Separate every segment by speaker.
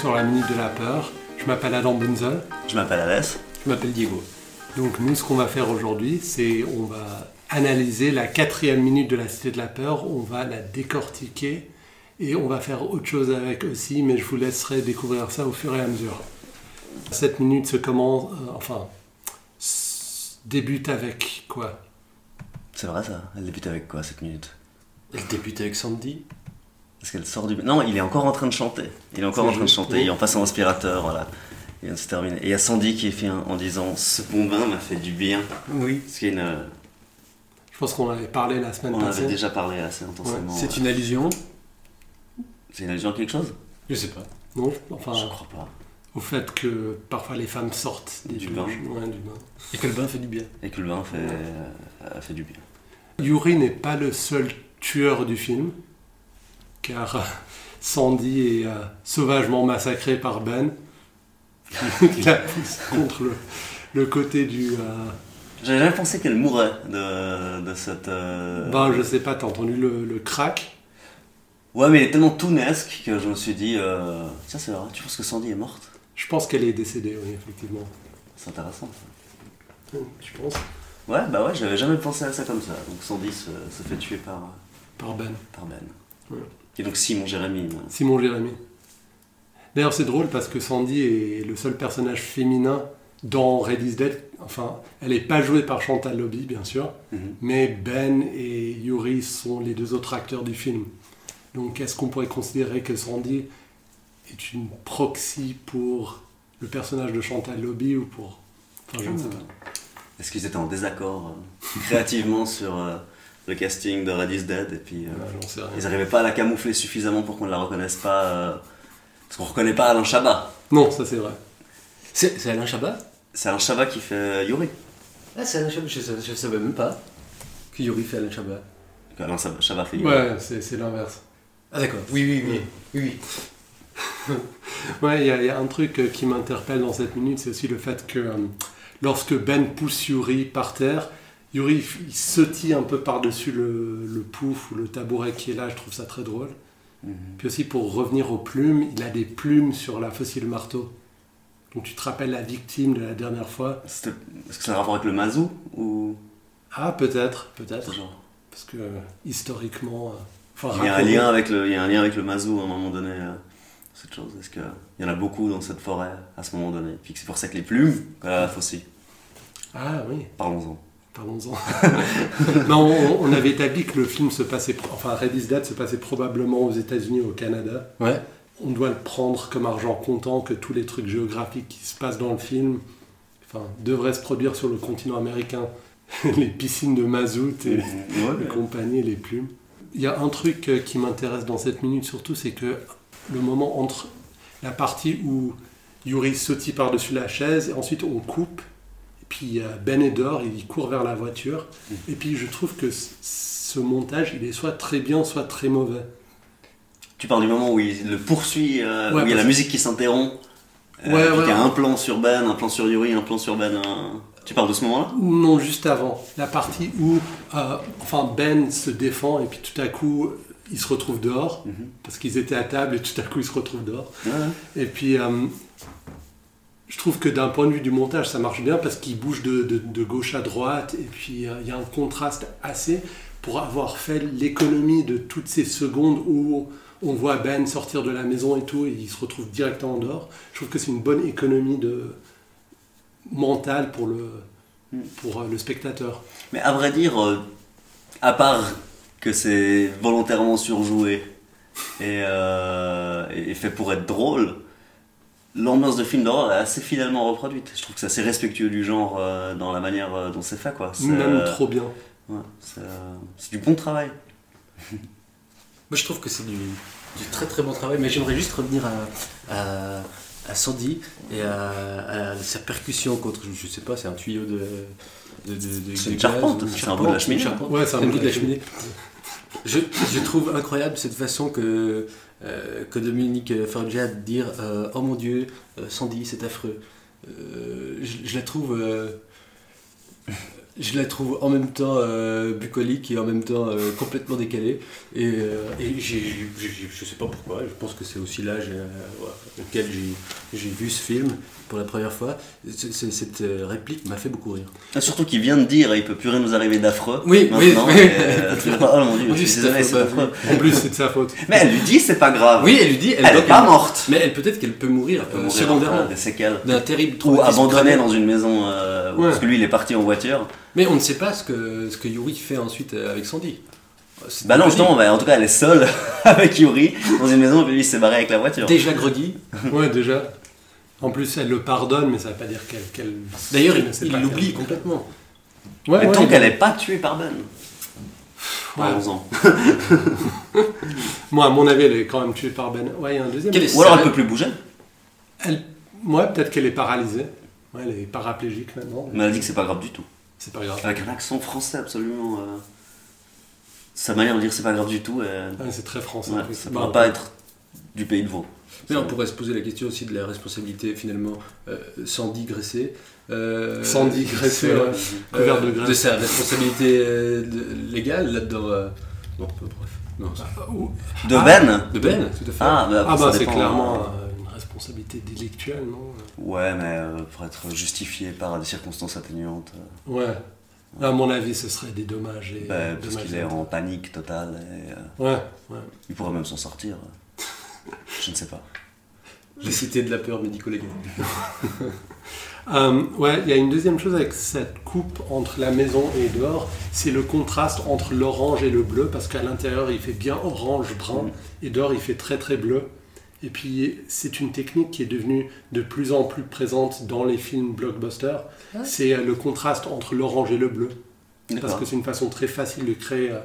Speaker 1: sur la Minute de la Peur. Je m'appelle Adam Bunzel.
Speaker 2: Je m'appelle Alès.
Speaker 1: Je m'appelle Diego. Donc nous, ce qu'on va faire aujourd'hui, c'est on va analyser la quatrième minute de la Cité de la Peur, on va la décortiquer et on va faire autre chose avec aussi, mais je vous laisserai découvrir ça au fur et à mesure. Cette minute se commence, euh, enfin, s- débute avec quoi
Speaker 2: C'est vrai ça Elle débute avec quoi cette minute
Speaker 3: Elle débute avec Sandy.
Speaker 2: Est-ce qu'elle sort du. Non, il est encore en train de chanter. Il est encore
Speaker 1: C'est
Speaker 2: en train de
Speaker 1: juste,
Speaker 2: chanter.
Speaker 1: oui.
Speaker 2: Il en passe un inspirateur, voilà. Il vient de se terminer. Et il y a Sandy qui est fait un- en disant Ce bon bain m'a fait du bien.
Speaker 1: Oui.
Speaker 2: Ce qui est une.
Speaker 1: Je pense qu'on en avait parlé la semaine
Speaker 2: On en
Speaker 1: passée.
Speaker 2: avait déjà parlé assez intensément.
Speaker 3: C'est une allusion
Speaker 2: C'est une allusion à quelque chose
Speaker 3: Je sais pas.
Speaker 1: Non, enfin,
Speaker 2: Je crois pas.
Speaker 1: au fait que parfois les femmes sortent des
Speaker 2: Du
Speaker 1: douches.
Speaker 2: bain.
Speaker 1: Ouais, du bain.
Speaker 3: Et que le bain fait du bien.
Speaker 2: Et que le bain fait, euh, fait du bien.
Speaker 1: Yuri n'est pas le seul tueur du film, car euh, Sandy est euh, sauvagement massacré par Ben, qui qui la pousse contre le, le côté du... euh,
Speaker 2: J'avais jamais pensé qu'elle mourrait de, de cette. euh,
Speaker 1: ben, je sais pas, t'as entendu le, le crack
Speaker 2: Ouais, mais elle est tellement tounesque que je me suis dit euh, Tiens, c'est vrai, tu penses que Sandy est morte
Speaker 1: Je pense qu'elle est décédée, oui, effectivement.
Speaker 2: C'est intéressant ça.
Speaker 1: Je pense.
Speaker 2: Ouais, bah ouais, j'avais jamais pensé à ça comme ça. Donc Sandy se, se fait tuer par,
Speaker 1: Par Ben.
Speaker 2: par Ben.
Speaker 1: Ouais.
Speaker 2: Et donc Simon Jérémy. euh, moi.
Speaker 1: Simon Jérémy. D'ailleurs, c'est drôle parce que Sandy est le seul personnage féminin dans Red is Dead. Enfin, elle n'est pas jouée par Chantal Lobby, bien sûr,
Speaker 2: Mhm.
Speaker 1: mais Ben et Yuri sont les deux autres acteurs du film. Donc, est-ce qu'on pourrait considérer que Sandy est une proxy pour le personnage de Chantal Lobby ou pour. Enfin, je ne sais pas.
Speaker 2: euh, Est-ce qu'ils étaient en désaccord euh, créativement sur euh, le casting de Red is Dead et puis euh,
Speaker 1: Ouais, j'en sais rien.
Speaker 2: ils n'arrivaient pas à la camoufler suffisamment pour qu'on ne la reconnaisse pas euh, Parce qu'on reconnaît pas Alain Chabat.
Speaker 1: Non, ça c'est vrai.
Speaker 3: C'est c'est Alain Chabat
Speaker 2: C'est Alain Chabat qui fait euh, Yuri.
Speaker 3: Ah, c'est Alain Chabat. Je, je- je savais même pas que Yuri fait Alain Chabat.
Speaker 2: Donc, Alain Sab- Chabat fait Yuri.
Speaker 1: Ouais, c'est c'est l'inverse.
Speaker 3: Ah, d'accord. Oui, oui, oui. oui.
Speaker 1: Ouais, il y, a- il y a un truc euh, qui m'interpelle dans cette minute, c'est aussi le fait que euh, lorsque Ben pousse Yuri par terre, Yuri il f- il sautille un peu par-dessus le, le pouf ou le tabouret qui est là, je trouve ça très drôle.
Speaker 2: Mhm.
Speaker 1: Puis aussi pour revenir aux plumes, il a des plumes sur la faucille le marteau. Donc tu te rappelles la victime de la dernière fois
Speaker 2: C'était- Est-ce que c'est un rapport avec le Mazou ou
Speaker 1: Ah, peut-être, peut-être.
Speaker 2: genre
Speaker 1: Parce que euh, historiquement. euh, enfin,
Speaker 2: Il y a un
Speaker 1: raconte-
Speaker 2: lien avec le, il y a un lien avec le mazou à un moment donné. euh, Cette chose, est-ce que il y en a beaucoup dans cette forêt à ce moment donné Puis que c'est pour ça que les plumes, voilà, la faucille.
Speaker 1: Ah oui.
Speaker 2: Parlons-en.
Speaker 1: Parlons-en. non, on, on avait établi que le film se passait, pro- enfin Red is Dead se passait probablement aux États-Unis, au Canada.
Speaker 3: Ouais.
Speaker 1: On doit le prendre comme argent comptant que tous les trucs géographiques qui se passent dans le film, enfin, devraient se produire sur le continent américain. les piscines de mazout et
Speaker 2: Ouais,
Speaker 1: les
Speaker 2: ouais.
Speaker 1: compagnies, les plumes. Il y a un truc euh, qui m'intéresse dans cette minute surtout, c'est que le moment entre la partie où Yuri sautille par-dessus la chaise, et ensuite on coupe, et puis euh, Ben est dehors, il court vers la voiture, et puis je trouve que c- ce montage, il est soit très bien, soit très mauvais.
Speaker 2: Tu parles du moment où il le poursuit, euh,
Speaker 1: Ouais,
Speaker 2: où il y a la
Speaker 1: parce-
Speaker 2: musique qui s'interrompt.
Speaker 1: Ouais,
Speaker 2: euh, puis
Speaker 1: ouais,
Speaker 2: qu'il y a
Speaker 1: ouais.
Speaker 2: un plan sur Ben, un plan sur Yuri, un plan sur Ben. un- Tu parles de ce moment-là
Speaker 1: Non, juste avant, la partie où euh, enfin Ben se défend, et puis tout à coup, il se retrouve dehors,
Speaker 2: Mhm.
Speaker 1: parce qu'ils étaient à table, et tout à coup, il se retrouve dehors.
Speaker 2: Ouais, ouais.
Speaker 1: Et puis, euh, je trouve que d'un point de vue du montage, ça marche bien parce qu'il bouge de, de- de gauche à droite. Et puis, euh, il y a un contraste assez pour avoir fait l'économie de toutes ces secondes où on voit Ben sortir de la maison et tout, et il se retrouve directement dehors. Je trouve que c'est une bonne économie de mentale pour le, pour, euh, le spectateur.
Speaker 2: Mais à vrai dire, euh, à part que c'est volontairement surjoué et, euh, et- et fait pour être drôle, l'ambiance de film d'horreur est assez fidèlement reproduite. Je trouve que c'est assez respectueux du genre euh, dans la manière euh, dont c'est fait. quoi. C'est,
Speaker 1: Même
Speaker 2: euh,
Speaker 1: trop bien.
Speaker 2: ouais, c'est, euh, c'est du bon travail.
Speaker 3: Moi, je trouve que c'est du, du très très bon travail, mais j'aimerais juste revenir à, à, à Sandy et à, à sa percussion contre, je sais pas, c'est un tuyau de. de, de, de-
Speaker 2: C'est une
Speaker 3: de gaz,
Speaker 2: charpente,
Speaker 3: ou
Speaker 2: c'est un bout de la cheminée.
Speaker 3: une charpente.
Speaker 1: Ouais, c'est un
Speaker 3: Un
Speaker 1: bout
Speaker 3: bout de la cheminée. Je, je trouve incroyable cette façon que, euh, que Dominique Farja de dire euh, Oh mon Dieu, euh, Sandy, c'est affreux. Euh, je, je la trouve. euh, je la trouve en même temps euh, bucolique et en même temps euh, complètement décalée. Et, euh, et j'ai- j'ai- j'ai- je sais pas pourquoi, je pense que c'est aussi l'âge euh, ouais, auquel j'ai- j'ai vu ce film pour la première fois. C'est- c'est- cette euh, réplique m'a fait beaucoup rire.
Speaker 2: Ah, Surtout qu'il vient de dire, il peut plus rien nous arriver d'affreux.
Speaker 3: Oui, oui,
Speaker 2: maintenant,
Speaker 3: oui.
Speaker 2: et, euh, tu vois, oh mon dieu,
Speaker 3: Oui,
Speaker 2: je suis
Speaker 3: c'est
Speaker 2: désolé, c'est
Speaker 3: affreux, bah,
Speaker 2: affreux.
Speaker 1: En plus, c'est de sa faute.
Speaker 2: Mais elle lui dit, c'est pas grave.
Speaker 3: Oui, elle lui dit, elle,
Speaker 2: elle
Speaker 3: doit-
Speaker 2: est pas morte.
Speaker 3: Mais elle peut-être qu'elle peut mourir,
Speaker 2: Elle peut
Speaker 3: euh,
Speaker 2: mourir
Speaker 3: secondairement.
Speaker 2: après des séquelles.
Speaker 3: D'un terrible
Speaker 2: Ou
Speaker 3: traumatisme
Speaker 2: abandonnée
Speaker 3: crânien.
Speaker 2: dans une maison, euh,
Speaker 1: Ouais.
Speaker 2: parce que lui il est parti en voiture.
Speaker 3: Mais on ne sait pas ce que, ce que Yuri fait ensuite euh, avec Sandy. C'est
Speaker 2: Bah non,
Speaker 3: Groggy.
Speaker 2: justement, bah, en tout cas elle est seule avec Yuri dans une maison, et puis lui il s'est barré avec la voiture.
Speaker 3: Déjà groggy.
Speaker 1: Ouais, déjà. En plus, elle le pardonne, mais ça veut pas dire qu'elle. qu'elle-
Speaker 3: D'ailleurs,
Speaker 1: qu'elle
Speaker 3: il
Speaker 1: ne sait
Speaker 3: il
Speaker 1: pas
Speaker 3: l'oublie
Speaker 1: qu'elle-
Speaker 3: complètement.
Speaker 1: Ouais,
Speaker 2: Mais
Speaker 1: ouais,
Speaker 2: tant
Speaker 1: il-
Speaker 2: qu'elle est pas tuée par Ben. Parlons-en.
Speaker 1: Moi, à mon avis, elle est quand même tuée par Ben. Ouais, il y a un deuxième.
Speaker 3: Quel est-
Speaker 2: Ou alors
Speaker 3: Ça-
Speaker 2: elle peut plus bouger.
Speaker 1: Elle- Moi, peut-être qu'elle est paralysée. Ouais, elle est paraplégique maintenant.
Speaker 2: Mais elle dit que c'est pas grave du tout.
Speaker 1: C'est pas grave.
Speaker 2: Avec un accent français absolument. euh, Sa manière de dire c'est pas grave du tout, euh,
Speaker 1: Ouais, c'est très français.
Speaker 2: ouais,
Speaker 1: en plus.
Speaker 2: ça
Speaker 1: Bah,
Speaker 2: pourra pas être du pays de Vaud.
Speaker 3: Mais on pourrait se poser la question aussi de la responsabilité finalement euh, Sandy Gressé. euh,
Speaker 1: Sandy Gressé,
Speaker 3: voilà,
Speaker 1: ouais. couvert de
Speaker 3: euh,
Speaker 1: graisse.
Speaker 3: De sa responsabilité euh, de- légale là-dedans. euh, Bon, peu- bref. Non, ça-
Speaker 1: Ou-
Speaker 2: De
Speaker 1: Ah.
Speaker 2: Ben
Speaker 3: de Ben, tout à fait.
Speaker 2: Ah, bah,
Speaker 1: Ah,
Speaker 2: ça
Speaker 1: bah, c'est
Speaker 2: dépend. hein.
Speaker 1: clairement euh, une responsabilité délictuelle, non
Speaker 2: Ouais, mais euh, pour être justifié par des circonstances atténuantes. euh,
Speaker 1: Ouais. À mon avis, ce serait des dommages. Et, hein.
Speaker 2: bah, parce
Speaker 1: dommages
Speaker 2: qu'il est en panique totale et euh,
Speaker 1: Ouais, ouais.
Speaker 2: il pourrait même s'en sortir. Je ne sais pas.
Speaker 3: J'ai cité de la peur médico-légale.
Speaker 1: Euh, ouais, il y a une deuxième chose avec cette coupe entre la maison et dehors, c'est le contraste entre l'orange et le bleu, parce qu'à l'intérieur il fait bien orange-brun,
Speaker 2: Mm.
Speaker 1: et dehors il fait très très bleu. Et puis c'est une technique qui est devenue de plus en plus présente dans les films blockbusters,
Speaker 3: Ah Ouais.
Speaker 1: c'est euh, le contraste entre l'orange et le bleu, parce
Speaker 2: D'accord.
Speaker 1: que c'est une façon très facile de créer euh,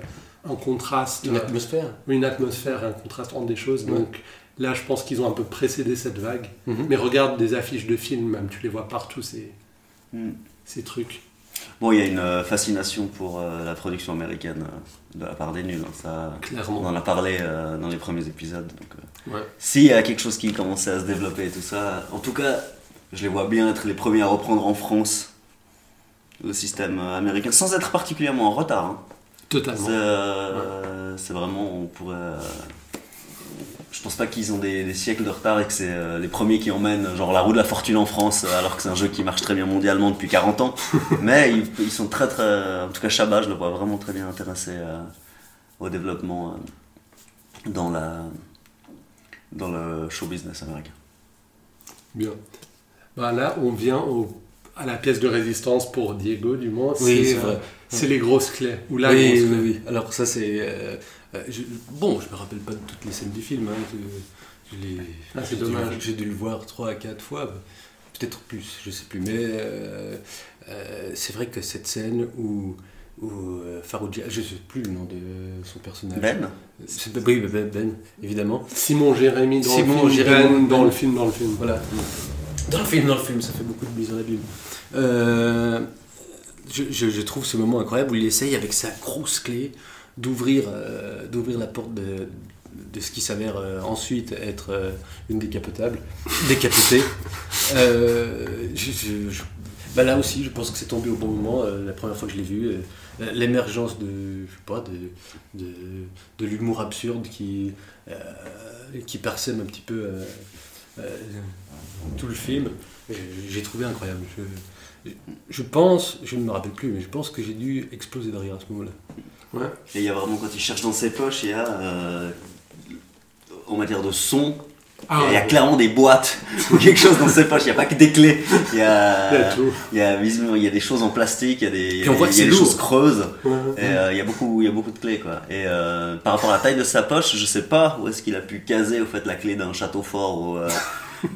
Speaker 1: un contraste,
Speaker 3: Une
Speaker 1: euh,
Speaker 3: atmosphère.
Speaker 1: une atmosphère, un contraste entre des choses.
Speaker 3: Ouais.
Speaker 1: Donc là je pense qu'ils ont un peu précédé cette vague.
Speaker 3: Mhm.
Speaker 1: Mais regarde des affiches de films, même tu les vois partout, c'est
Speaker 2: Hmm.
Speaker 1: ces trucs.
Speaker 2: Bon, il y a une euh, fascination pour euh, la production américaine euh, de la part des nuls. hein, ça, on
Speaker 1: Clairement.
Speaker 2: en a parlé euh, dans les premiers épisodes. Donc, euh,
Speaker 1: Ouais.
Speaker 2: S'il y a quelque chose qui commençait à se développer et tout ça, en tout cas, je les vois bien être les premiers à reprendre en France le système euh, américain, sans être particulièrement en retard. hein. C'est
Speaker 1: Totalement.
Speaker 2: euh, c'est vraiment, on pourrait. euh, je pense pas qu'ils ont des, des siècles de retard et que c'est euh, les premiers qui emmènent genre la roue de la fortune en France, euh, alors que c'est un jeu qui marche très bien mondialement depuis 40 ans. Mais ils, ils sont très très. En tout cas, Chabat, je le vois vraiment très bien intéressé euh, au développement euh, dans la dans le show business américain.
Speaker 1: Bien. Ben là, on vient au- à la pièce de résistance pour Diego, du moins.
Speaker 3: Oui, c'est
Speaker 1: euh,
Speaker 3: vrai.
Speaker 1: C'est les grosses clés. Ou la
Speaker 3: oui,
Speaker 1: grosse
Speaker 3: oui,
Speaker 1: clé.
Speaker 3: oui. Alors ça c'est... euh, euh, je- bon, je me rappelle pas de toutes les scènes du film. hein. Je- je l'ai-
Speaker 1: Ah, c'est
Speaker 3: j'ai dû-
Speaker 1: dommage.
Speaker 3: J'ai dû le voir trois à quatre fois. Peut-être plus, je sais plus. Mais euh, euh, c'est vrai que cette scène où... où euh, Farrugia- je sais plus le nom de son personnage.
Speaker 2: Ben,
Speaker 3: C'est- Oui, ben, ben, Ben, évidemment.
Speaker 1: Simon Jérémy dans
Speaker 3: Simon
Speaker 1: le film.
Speaker 3: Jérémy
Speaker 1: Ben dans
Speaker 3: dans
Speaker 1: le
Speaker 3: le-
Speaker 1: film, dans le film.
Speaker 3: Voilà. Dans le film, dans le film, ça fait beaucoup de mises en abîme. Euh, je, je- je trouve ce moment incroyable où il essaye avec sa grosse clé d'ouvrir euh, d'ouvrir la porte de, de ce qui s'avère euh, ensuite être euh, une décapotable, décapotée. Euh, je- je- je- bah là aussi, je pense que c'est tombé au bon moment. euh, la première fois que je l'ai vu, euh, l'émergence de je sais pas de de, de l'humour absurde qui euh, qui parsème un petit peu. euh, euh, tout le film, euh, j'ai trouvé incroyable. Je, je pense, je ne me rappelle plus, mais je pense que j'ai dû exploser de rire à ce moment-là.
Speaker 2: et il y a vraiment quand il cherche dans ses poches, il y a euh, en matière de son,
Speaker 1: Ah,
Speaker 2: il y a
Speaker 1: ouais.
Speaker 2: clairement des boîtes ou quelque chose dans ses poches, il n'y a pas que des clés.
Speaker 1: Il
Speaker 2: Il y
Speaker 1: y a
Speaker 2: a,
Speaker 1: tout.
Speaker 2: il y a, visiblement, il y a des choses en plastique, il y a des, il y
Speaker 3: Puis
Speaker 2: a
Speaker 3: on voit
Speaker 2: des-
Speaker 3: que
Speaker 2: il y a
Speaker 3: c'est
Speaker 2: des
Speaker 3: lourd.
Speaker 2: choses creuses.
Speaker 1: Ouais.
Speaker 2: Et, euh, il, y a beaucoup, il y a beaucoup de clés. Quoi. Et euh, par rapport à la taille de sa poche, je sais pas où est-ce qu'il a pu caser au fait, la clé d'un château fort ou, euh,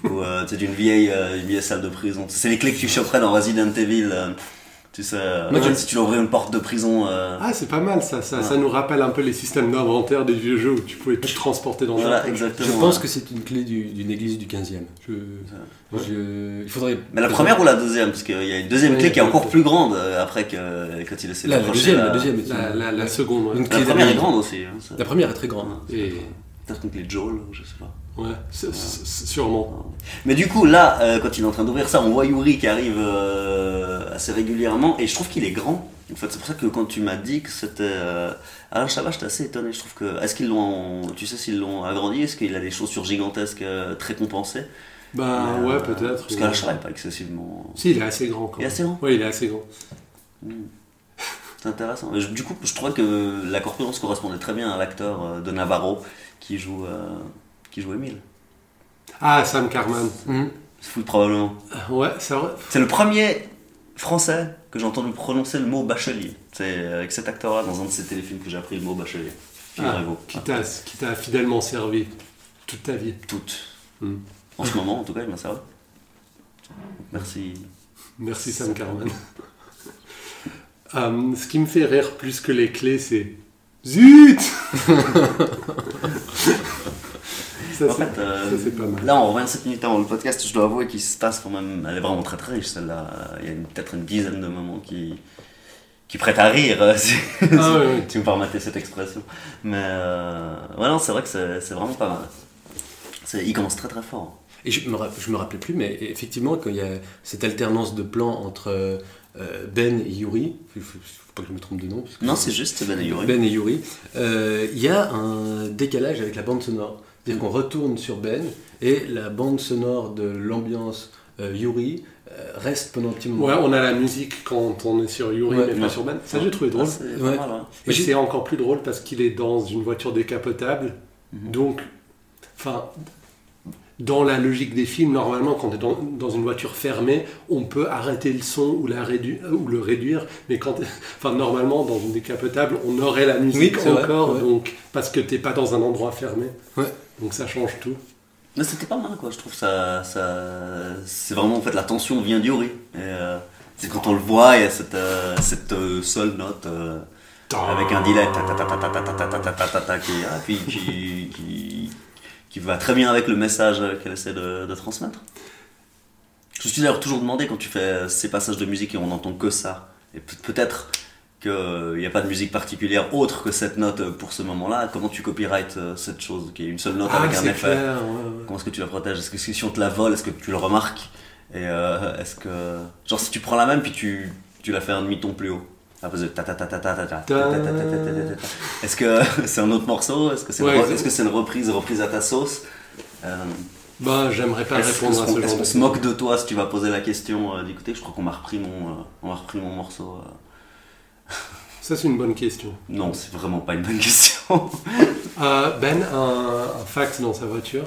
Speaker 2: ou, euh, tu sais, d'une vieille, euh, une vieille salle de prison. C'est les clés que tu choperais dans Resident Evil. euh, tu sais, euh,
Speaker 1: Moi, je-
Speaker 2: si tu leur ouvrais une porte de prison. euh,
Speaker 1: Ah, c'est pas mal ça. Ça, ça nous rappelle un peu les systèmes d'inventaire des vieux jeux où tu pouvais tout transporter dans un.
Speaker 2: voilà,
Speaker 1: poche.
Speaker 2: exactement.
Speaker 3: Je pense que c'est une clé du- d'une église du 15e. Je,
Speaker 1: Ouais.
Speaker 3: je- il faudrait.
Speaker 2: Mais la première ou la deuxième Parce qu'il y a une deuxième
Speaker 1: Oui,
Speaker 2: clé qui est
Speaker 1: oui,
Speaker 2: encore
Speaker 1: oui.
Speaker 2: plus grande euh, après que quand il essaie
Speaker 3: Là, la
Speaker 2: d'approcher
Speaker 3: deuxième, la deuxième. est
Speaker 1: La,
Speaker 3: une-
Speaker 1: la- la seconde. ouais.
Speaker 3: Une
Speaker 2: La
Speaker 3: clé
Speaker 2: première est
Speaker 3: d'Amérique.
Speaker 2: grande aussi. hein, ça.
Speaker 3: La première est très grande.
Speaker 2: Ouais,
Speaker 1: Et-
Speaker 2: Peut-être une clé de Joel, je sais pas.
Speaker 1: Ouais, c'est- c'est- c'est- sûrement.
Speaker 2: Mais du coup, là, euh, quand il est en train d'ouvrir ça, on voit Yuri qui arrive euh, assez régulièrement, et je trouve qu'il est grand. En fait, c'est pour ça que quand tu m'as dit que c'était euh, Alain Chabat, j'étais assez étonné. Je trouve que est-ce qu'ils l'ont, tu sais, s'ils l'ont agrandi, est-ce qu'il a des chaussures gigantesques euh, très compensées
Speaker 1: Ben
Speaker 2: Mais,
Speaker 1: ouais,
Speaker 2: euh,
Speaker 1: peut-être.
Speaker 2: Parce qu'Alain Chabat est pas excessivement.
Speaker 1: Si, il est assez grand quand
Speaker 2: Il est
Speaker 1: même.
Speaker 2: assez grand.
Speaker 1: Ouais, il est assez grand.
Speaker 2: C'est intéressant. Et je- du coup, je trouvais que la corpulence correspondait très bien à l'acteur euh, de Navarro qui joue euh, qui joue Emile.
Speaker 1: Ah, Sam Carman.
Speaker 2: C'est fou probablement.
Speaker 1: Ouais, c'est vrai.
Speaker 2: C'est le premier français que j'ai entendu prononcer le mot bachelier. C'est euh, avec cet acteur-là dans un de ses téléfilms que j'ai appris le mot bachelier. Figurez-vous.
Speaker 1: Ah, qui t'a qui t'a fidèlement servi toute ta vie.
Speaker 2: Toutes.
Speaker 1: Hmm.
Speaker 2: En ce moment, en tout cas, il m'a servi. Merci.
Speaker 1: Merci Sam Carman. Hum, ce qui me fait rire plus que les clés, c'est zut. ça
Speaker 2: En
Speaker 1: c'est
Speaker 2: fait, euh,
Speaker 1: ça, c'est pas mal.
Speaker 2: Là, on revient 7 minutes avant hein, le podcast. Je dois avouer qu'il se passe quand même. Elle est vraiment très très riche celle-là. Il y a une- peut-être une dizaine de moments qui qui prêtent à rire. euh, si-
Speaker 1: Ah, ouais, ouais.
Speaker 2: tu me permettez cette expression. Mais euh, ouais, non, c'est vrai que c'est c'est vraiment pas mal. C'est- Il commence très très fort.
Speaker 3: Et je me, ra- je me rappelais plus, mais effectivement, quand il y a cette alternance de plans entre euh, euh, Ben et Yuri, il faut faut pas que je me trompe de nom. parce que-
Speaker 2: Non, c'est juste Ben Ayuri.
Speaker 3: Ben et Yuri, euh, il y a un décalage avec la bande sonore. C'est-à-dire qu'on retourne sur Ben et la bande sonore de l'ambiance euh, Yuri euh, reste pendant un petit moment.
Speaker 1: Ouais, on a la musique quand on est sur Yuri,
Speaker 3: Ouais,
Speaker 1: mais
Speaker 2: ouais.
Speaker 1: pas sur Ben. Ça, j'ai trouvé
Speaker 2: Ah,
Speaker 1: drôle.
Speaker 2: c'est pas
Speaker 3: Ouais.
Speaker 2: mal, ouais.
Speaker 1: Et
Speaker 3: Mais j'ai-
Speaker 1: c'est encore plus drôle parce qu'il est dans une voiture décapotable.
Speaker 2: Mhm.
Speaker 1: Donc, enfin, dans la logique des films, normalement, quand on est dans, dans une voiture fermée, on peut arrêter le son ou, la rédu- euh, ou le réduire. Mais quand, enfin, normalement, dans une décapotable, on aurait la musique
Speaker 3: c'est vrai,
Speaker 1: encore.
Speaker 3: ouais.
Speaker 1: Donc, parce que t'es pas dans un endroit fermé.
Speaker 3: Ouais.
Speaker 1: Donc ça change tout.
Speaker 2: Mais c'était pas mal, quoi. Je trouve ça, ça, c'est vraiment en fait la tension vient d'Yuri. Et, euh, c'est quand on le voit, il y a cette, euh, cette euh, seule note euh, avec un delay, ta- ta- ta- ta- ta- ta- ta- ta- ta- ta- ta- ta- ta- qui, ah, puis qui, qui, qui va très bien avec le message euh, qu'elle essaie de, de transmettre. Je me suis d'ailleurs toujours demandé quand tu fais euh, ces passages de musique et on n'entend que ça, et peut- peut-être qu'il n'y a pas de musique particulière autre que cette note euh, pour ce moment-là, comment tu copyrightes euh, cette chose qui est une seule note
Speaker 1: Ah,
Speaker 2: avec un
Speaker 1: c'est
Speaker 2: effet
Speaker 1: clair. ouais, ouais.
Speaker 2: Comment est-ce que tu la protèges Est-ce que si on te la vole, est-ce que tu le remarques Et euh, est-ce que. Genre, si tu prends la même, puis tu, tu la fais un demi-ton plus haut. À cause de ta ta ta ta ta ta ta ta ta ta ta ta ta ta ta. Est-ce que c'est un autre morceau Est-ce que c'est
Speaker 1: Ouais,
Speaker 2: une re-
Speaker 1: c'est-
Speaker 2: est-ce que c'est une reprise, reprise à ta sauce Euh,
Speaker 1: Ben, j'aimerais pas
Speaker 2: Est-ce qu'on
Speaker 1: répondre à ce
Speaker 2: est-ce
Speaker 1: genre
Speaker 2: qu'on
Speaker 1: de
Speaker 2: se moque de toi si tu vas poser la question euh, d'écouter Je crois qu'on m'a repris mon, euh, on m'a repris mon morceau. euh.
Speaker 1: Ça, c'est une bonne question.
Speaker 2: Non, c'est vraiment pas une bonne question.
Speaker 1: Euh, ben, un- un fax dans sa voiture.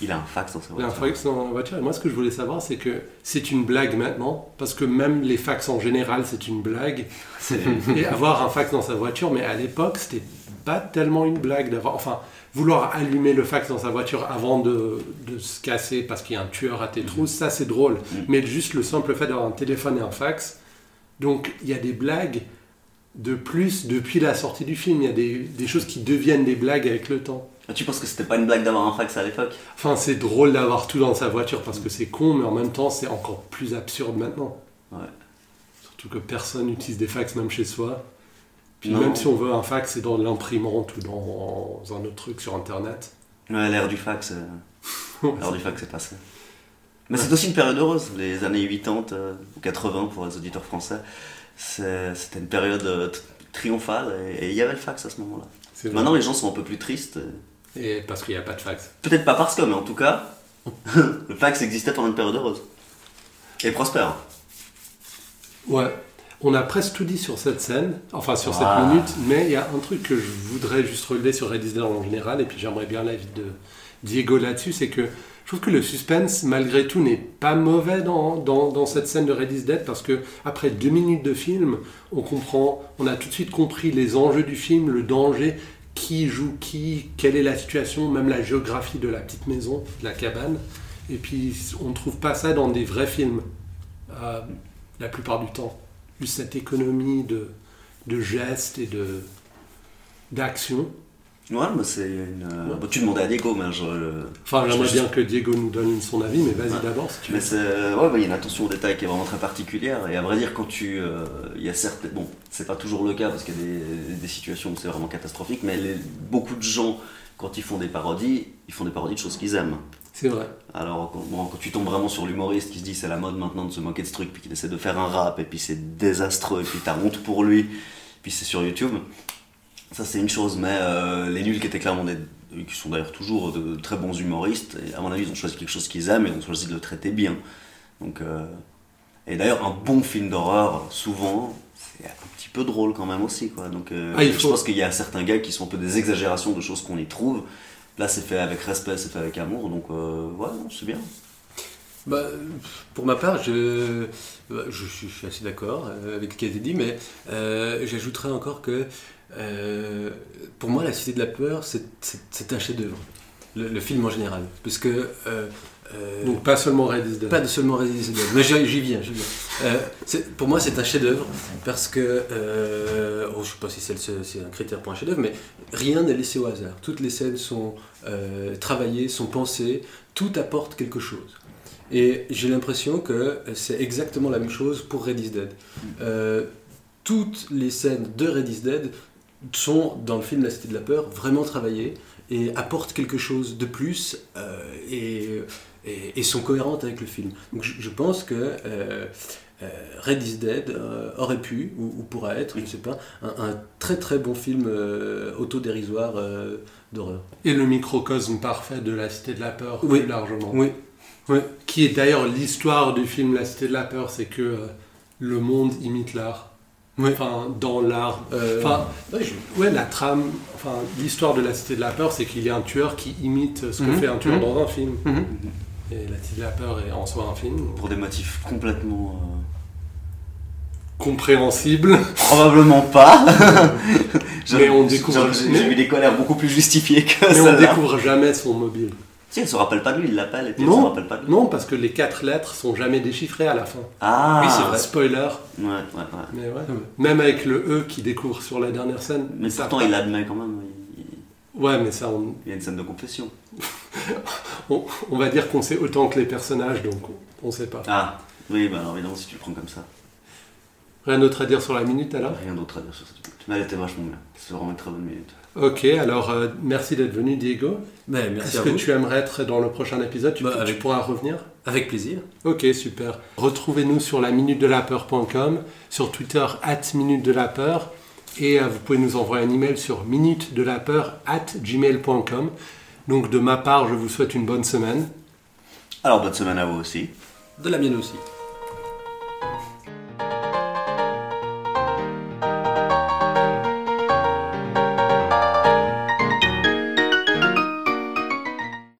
Speaker 2: Il a un fax dans sa
Speaker 1: Bah, Il y a un
Speaker 2: voiture.
Speaker 1: fax dans la voiture. Et moi, ce que je voulais savoir, c'est que c'est une blague maintenant, parce que même les fax en général, c'est une blague.
Speaker 2: C'est-
Speaker 1: Et avoir un fax dans sa voiture, mais à l'époque, c'était pas tellement une blague d'avoir. Enfin, vouloir allumer le fax dans sa voiture avant de, de se casser parce qu'il y a un tueur à tes trousses, ça c'est drôle. Mais juste le simple fait d'avoir un téléphone et un fax. Donc, il y a des blagues de plus depuis la sortie du film. Il y a des, des choses qui deviennent des blagues avec le temps.
Speaker 2: Ah, Tu penses que c'était pas une blague d'avoir un fax à l'époque
Speaker 1: Enfin, c'est drôle d'avoir tout dans sa voiture parce que c'est con, mais en même temps, c'est encore plus absurde maintenant.
Speaker 2: Ouais.
Speaker 1: Surtout que personne n'utilise des fax même chez soi. Puis
Speaker 2: Non.
Speaker 1: même si on veut un fax, c'est dans l'imprimante ou dans un autre truc sur Internet.
Speaker 2: Ouais, l'ère du fax. euh, L'ère du fax est passée. Mais c'est aussi une période heureuse, les années 80 euh, ou 80 pour les auditeurs français. c'est- C'était une période euh, tr- triomphale et- et il y avait le fax à ce moment-là.
Speaker 1: C'est vrai.
Speaker 2: Maintenant, les gens sont un peu plus tristes. euh,
Speaker 1: Et parce qu'il n'y a pas de fax.
Speaker 2: Peut-être pas parce que, mais en tout cas, le fax existait pendant une période heureuse. Et prospère.
Speaker 1: Ouais. On a presque tout dit sur cette scène, enfin sur
Speaker 2: Ah.
Speaker 1: cette minute, mais il y a un truc que je voudrais juste relever sur Red Is Dead en général, et puis j'aimerais bien l'avis de Diego là-dessus, c'est que je trouve que le suspense, malgré tout, n'est pas mauvais dans, dans, dans cette scène de Red Is Dead, parce que après deux minutes de film, on comprend, on a tout de suite compris les enjeux du film, le danger, qui joue qui, quelle est la situation, même la géographie de la petite maison, de la cabane, et puis on ne trouve pas ça dans des vrais films. Euh, la plupart du temps. Plus cette économie de, de gestes et de d'actions.
Speaker 2: Ouais, mais c'est une. euh, bon, tu demandais à Diego, mais je. euh,
Speaker 1: Enfin,
Speaker 2: Je
Speaker 1: j'aimerais
Speaker 2: sais-
Speaker 1: bien que Diego nous donne son avis, mais vas-y
Speaker 2: Ouais.
Speaker 1: d'abord si tu
Speaker 2: Mais
Speaker 1: veux.
Speaker 2: c'est, ouais, bah, il y a une attention au détail qui est vraiment très particulière. Et à vrai dire, quand tu, euh, il y a certes, bon, c'est pas toujours le cas parce qu'il y a des, des situations où c'est vraiment catastrophique, mais les- beaucoup de gens quand ils font des parodies, ils font des parodies de choses qu'ils aiment.
Speaker 1: C'est vrai.
Speaker 2: Alors, quand, bon, quand tu tombes vraiment sur l'humoriste qui se dit c'est la mode maintenant de se moquer de ce truc, puis qu'il essaie de faire un rap, et puis c'est désastreux, et puis t'as honte pour lui, puis c'est sur YouTube, ça c'est une chose, mais euh, les nuls qui étaient clairement des. qui sont d'ailleurs toujours de, très bons humoristes, et à mon avis ils ont choisi quelque chose qu'ils aiment et ils ont choisi de le traiter bien. Donc, euh, Et d'ailleurs, un bon film d'horreur, souvent, c'est un petit peu drôle quand même aussi, quoi. Donc, euh,
Speaker 1: Ah, il
Speaker 2: je
Speaker 1: faut-
Speaker 2: pense qu'il y a certains gars qui sont un peu des exagérations de choses qu'on y trouve. Là, c'est fait avec respect, c'est fait avec amour, donc euh, ouais, non, c'est bien.
Speaker 3: Bah, pour ma part, je, bah, je, je- je suis assez d'accord euh, avec ce qui a été dit, mais euh, j'ajouterais encore que euh, pour moi, La Cité de la Peur, c'est- c'est c'est un chef-d'œuvre, le, le film en général. Parce que. euh, euh,
Speaker 1: Donc pas seulement Red is Dead.
Speaker 3: pas de seulement Resident Evil, mais j'y j'y viens, j'y viens. Euh, c'est- pour moi, c'est un chef-d'œuvre parce que, euh, oh, je sais pas si c'est le- c'est un critère pour un chef-d'œuvre, mais rien n'est laissé au hasard. Toutes les scènes sont euh, travaillées, sont pensées, tout apporte quelque chose. Et j'ai l'impression que c'est exactement la même chose pour Red is Dead. Euh, toutes les scènes de Red is Dead sont, dans le film La Cité de la Peur, vraiment travaillées et apportent quelque chose de plus euh, et, et, et sont cohérentes avec le film. Donc je, je pense que euh, euh, Red is Dead euh, aurait pu, ou, ou pourra être, je ne sais pas, un, un très très bon film euh, autodérisoire euh, d'horreur.
Speaker 1: Et le microcosme parfait de La Cité de la Peur,
Speaker 3: Oui.
Speaker 1: plus largement.
Speaker 3: Oui,
Speaker 1: Qui est d'ailleurs l'histoire du film La Cité de la Peur, c'est que euh, le monde imite l'art.
Speaker 3: Oui.
Speaker 1: Enfin, dans l'art.
Speaker 3: euh,
Speaker 1: Enfin,
Speaker 3: ouais, je-
Speaker 1: Ouais, la trame, enfin, l'histoire de la Cité de la Peur, c'est qu'il y a un tueur qui imite euh, ce que
Speaker 3: Mhm,
Speaker 1: fait un tueur
Speaker 3: mhm.
Speaker 1: dans un film.
Speaker 3: Mhm.
Speaker 1: Et la Cité de la Peur est en soi un film
Speaker 2: Pour des motifs complètement. euh,
Speaker 1: compréhensible.
Speaker 2: Probablement pas.
Speaker 1: Mais on découvre-
Speaker 2: J'ai j'ai eu des colères beaucoup plus justifiées que
Speaker 1: Mais on
Speaker 2: celle-là.
Speaker 1: découvre jamais son mobile.
Speaker 2: Si elle se rappelle pas de lui, il l'appelle et puis elle
Speaker 1: Non.
Speaker 2: se rappelle pas de lui.
Speaker 1: Non, parce que les quatre lettres sont jamais déchiffrées à la fin.
Speaker 2: Ah
Speaker 3: Oui, c'est vrai.
Speaker 1: Spoiler,
Speaker 2: Ouais, ouais, ouais.
Speaker 1: mais ouais.
Speaker 3: Ah ouais.
Speaker 1: Même avec le E qui découvre sur la dernière scène.
Speaker 2: Mais
Speaker 1: ça-
Speaker 2: pourtant, il l'admet quand même. Il, il-
Speaker 1: Ouais, mais ça, on,
Speaker 2: il y a une scène de confession.
Speaker 1: on- on va dire qu'on sait autant que les personnages, donc on sait pas.
Speaker 2: Ah, oui, bah alors évidemment, si tu le prends comme ça,
Speaker 1: Rien d'autre à dire sur la minute alors
Speaker 2: rien d'autre à dire sur cette minute. Mais elle était vachement bien. C'est vraiment une très bonne minute.
Speaker 1: Ok, alors euh, merci d'être venu, Diego.
Speaker 3: ben, merci
Speaker 1: Est-ce
Speaker 3: à
Speaker 1: que
Speaker 3: vous.
Speaker 1: tu aimerais être dans le prochain épisode tu,
Speaker 3: Bah,
Speaker 1: tu
Speaker 3: avec-
Speaker 1: pourras revenir
Speaker 3: Avec plaisir.
Speaker 1: Ok, super. Retrouvez-nous sur la minute de la peur.com, sur Twitter, at minute de la peur, et euh, vous pouvez nous envoyer un email sur minute de la peur, at gmail.com. Donc, de ma part, je vous souhaite une bonne semaine.
Speaker 2: Alors, bonne semaine à vous aussi.
Speaker 3: De la mienne aussi.